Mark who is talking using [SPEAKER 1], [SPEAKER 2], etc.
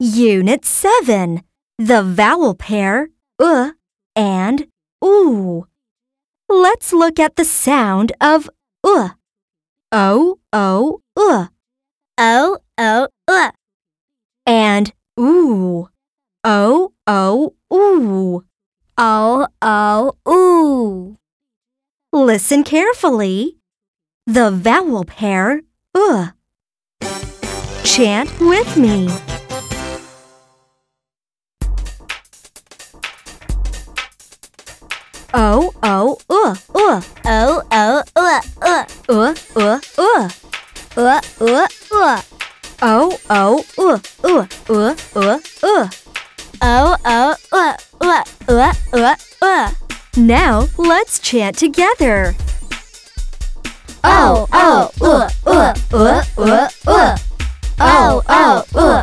[SPEAKER 1] Unit 7 The vowel pair u and oo. Let's look at the sound of u. O o u
[SPEAKER 2] O O uh.
[SPEAKER 1] and oo. O o oo.
[SPEAKER 2] O O oo.
[SPEAKER 1] Listen carefully. The vowel pair
[SPEAKER 2] Uh.
[SPEAKER 1] u. Chant with me.
[SPEAKER 2] Oh,
[SPEAKER 1] O o
[SPEAKER 2] uh,
[SPEAKER 1] u u
[SPEAKER 2] O O uh uh.
[SPEAKER 1] u u u.
[SPEAKER 2] Uh uh uh. oh,
[SPEAKER 1] O o u u u
[SPEAKER 2] uh,
[SPEAKER 1] u u.
[SPEAKER 2] O O uh uh uh uh uh.
[SPEAKER 1] Now let's chant together.
[SPEAKER 2] Oh, O O uh uh uh uh. O O uh.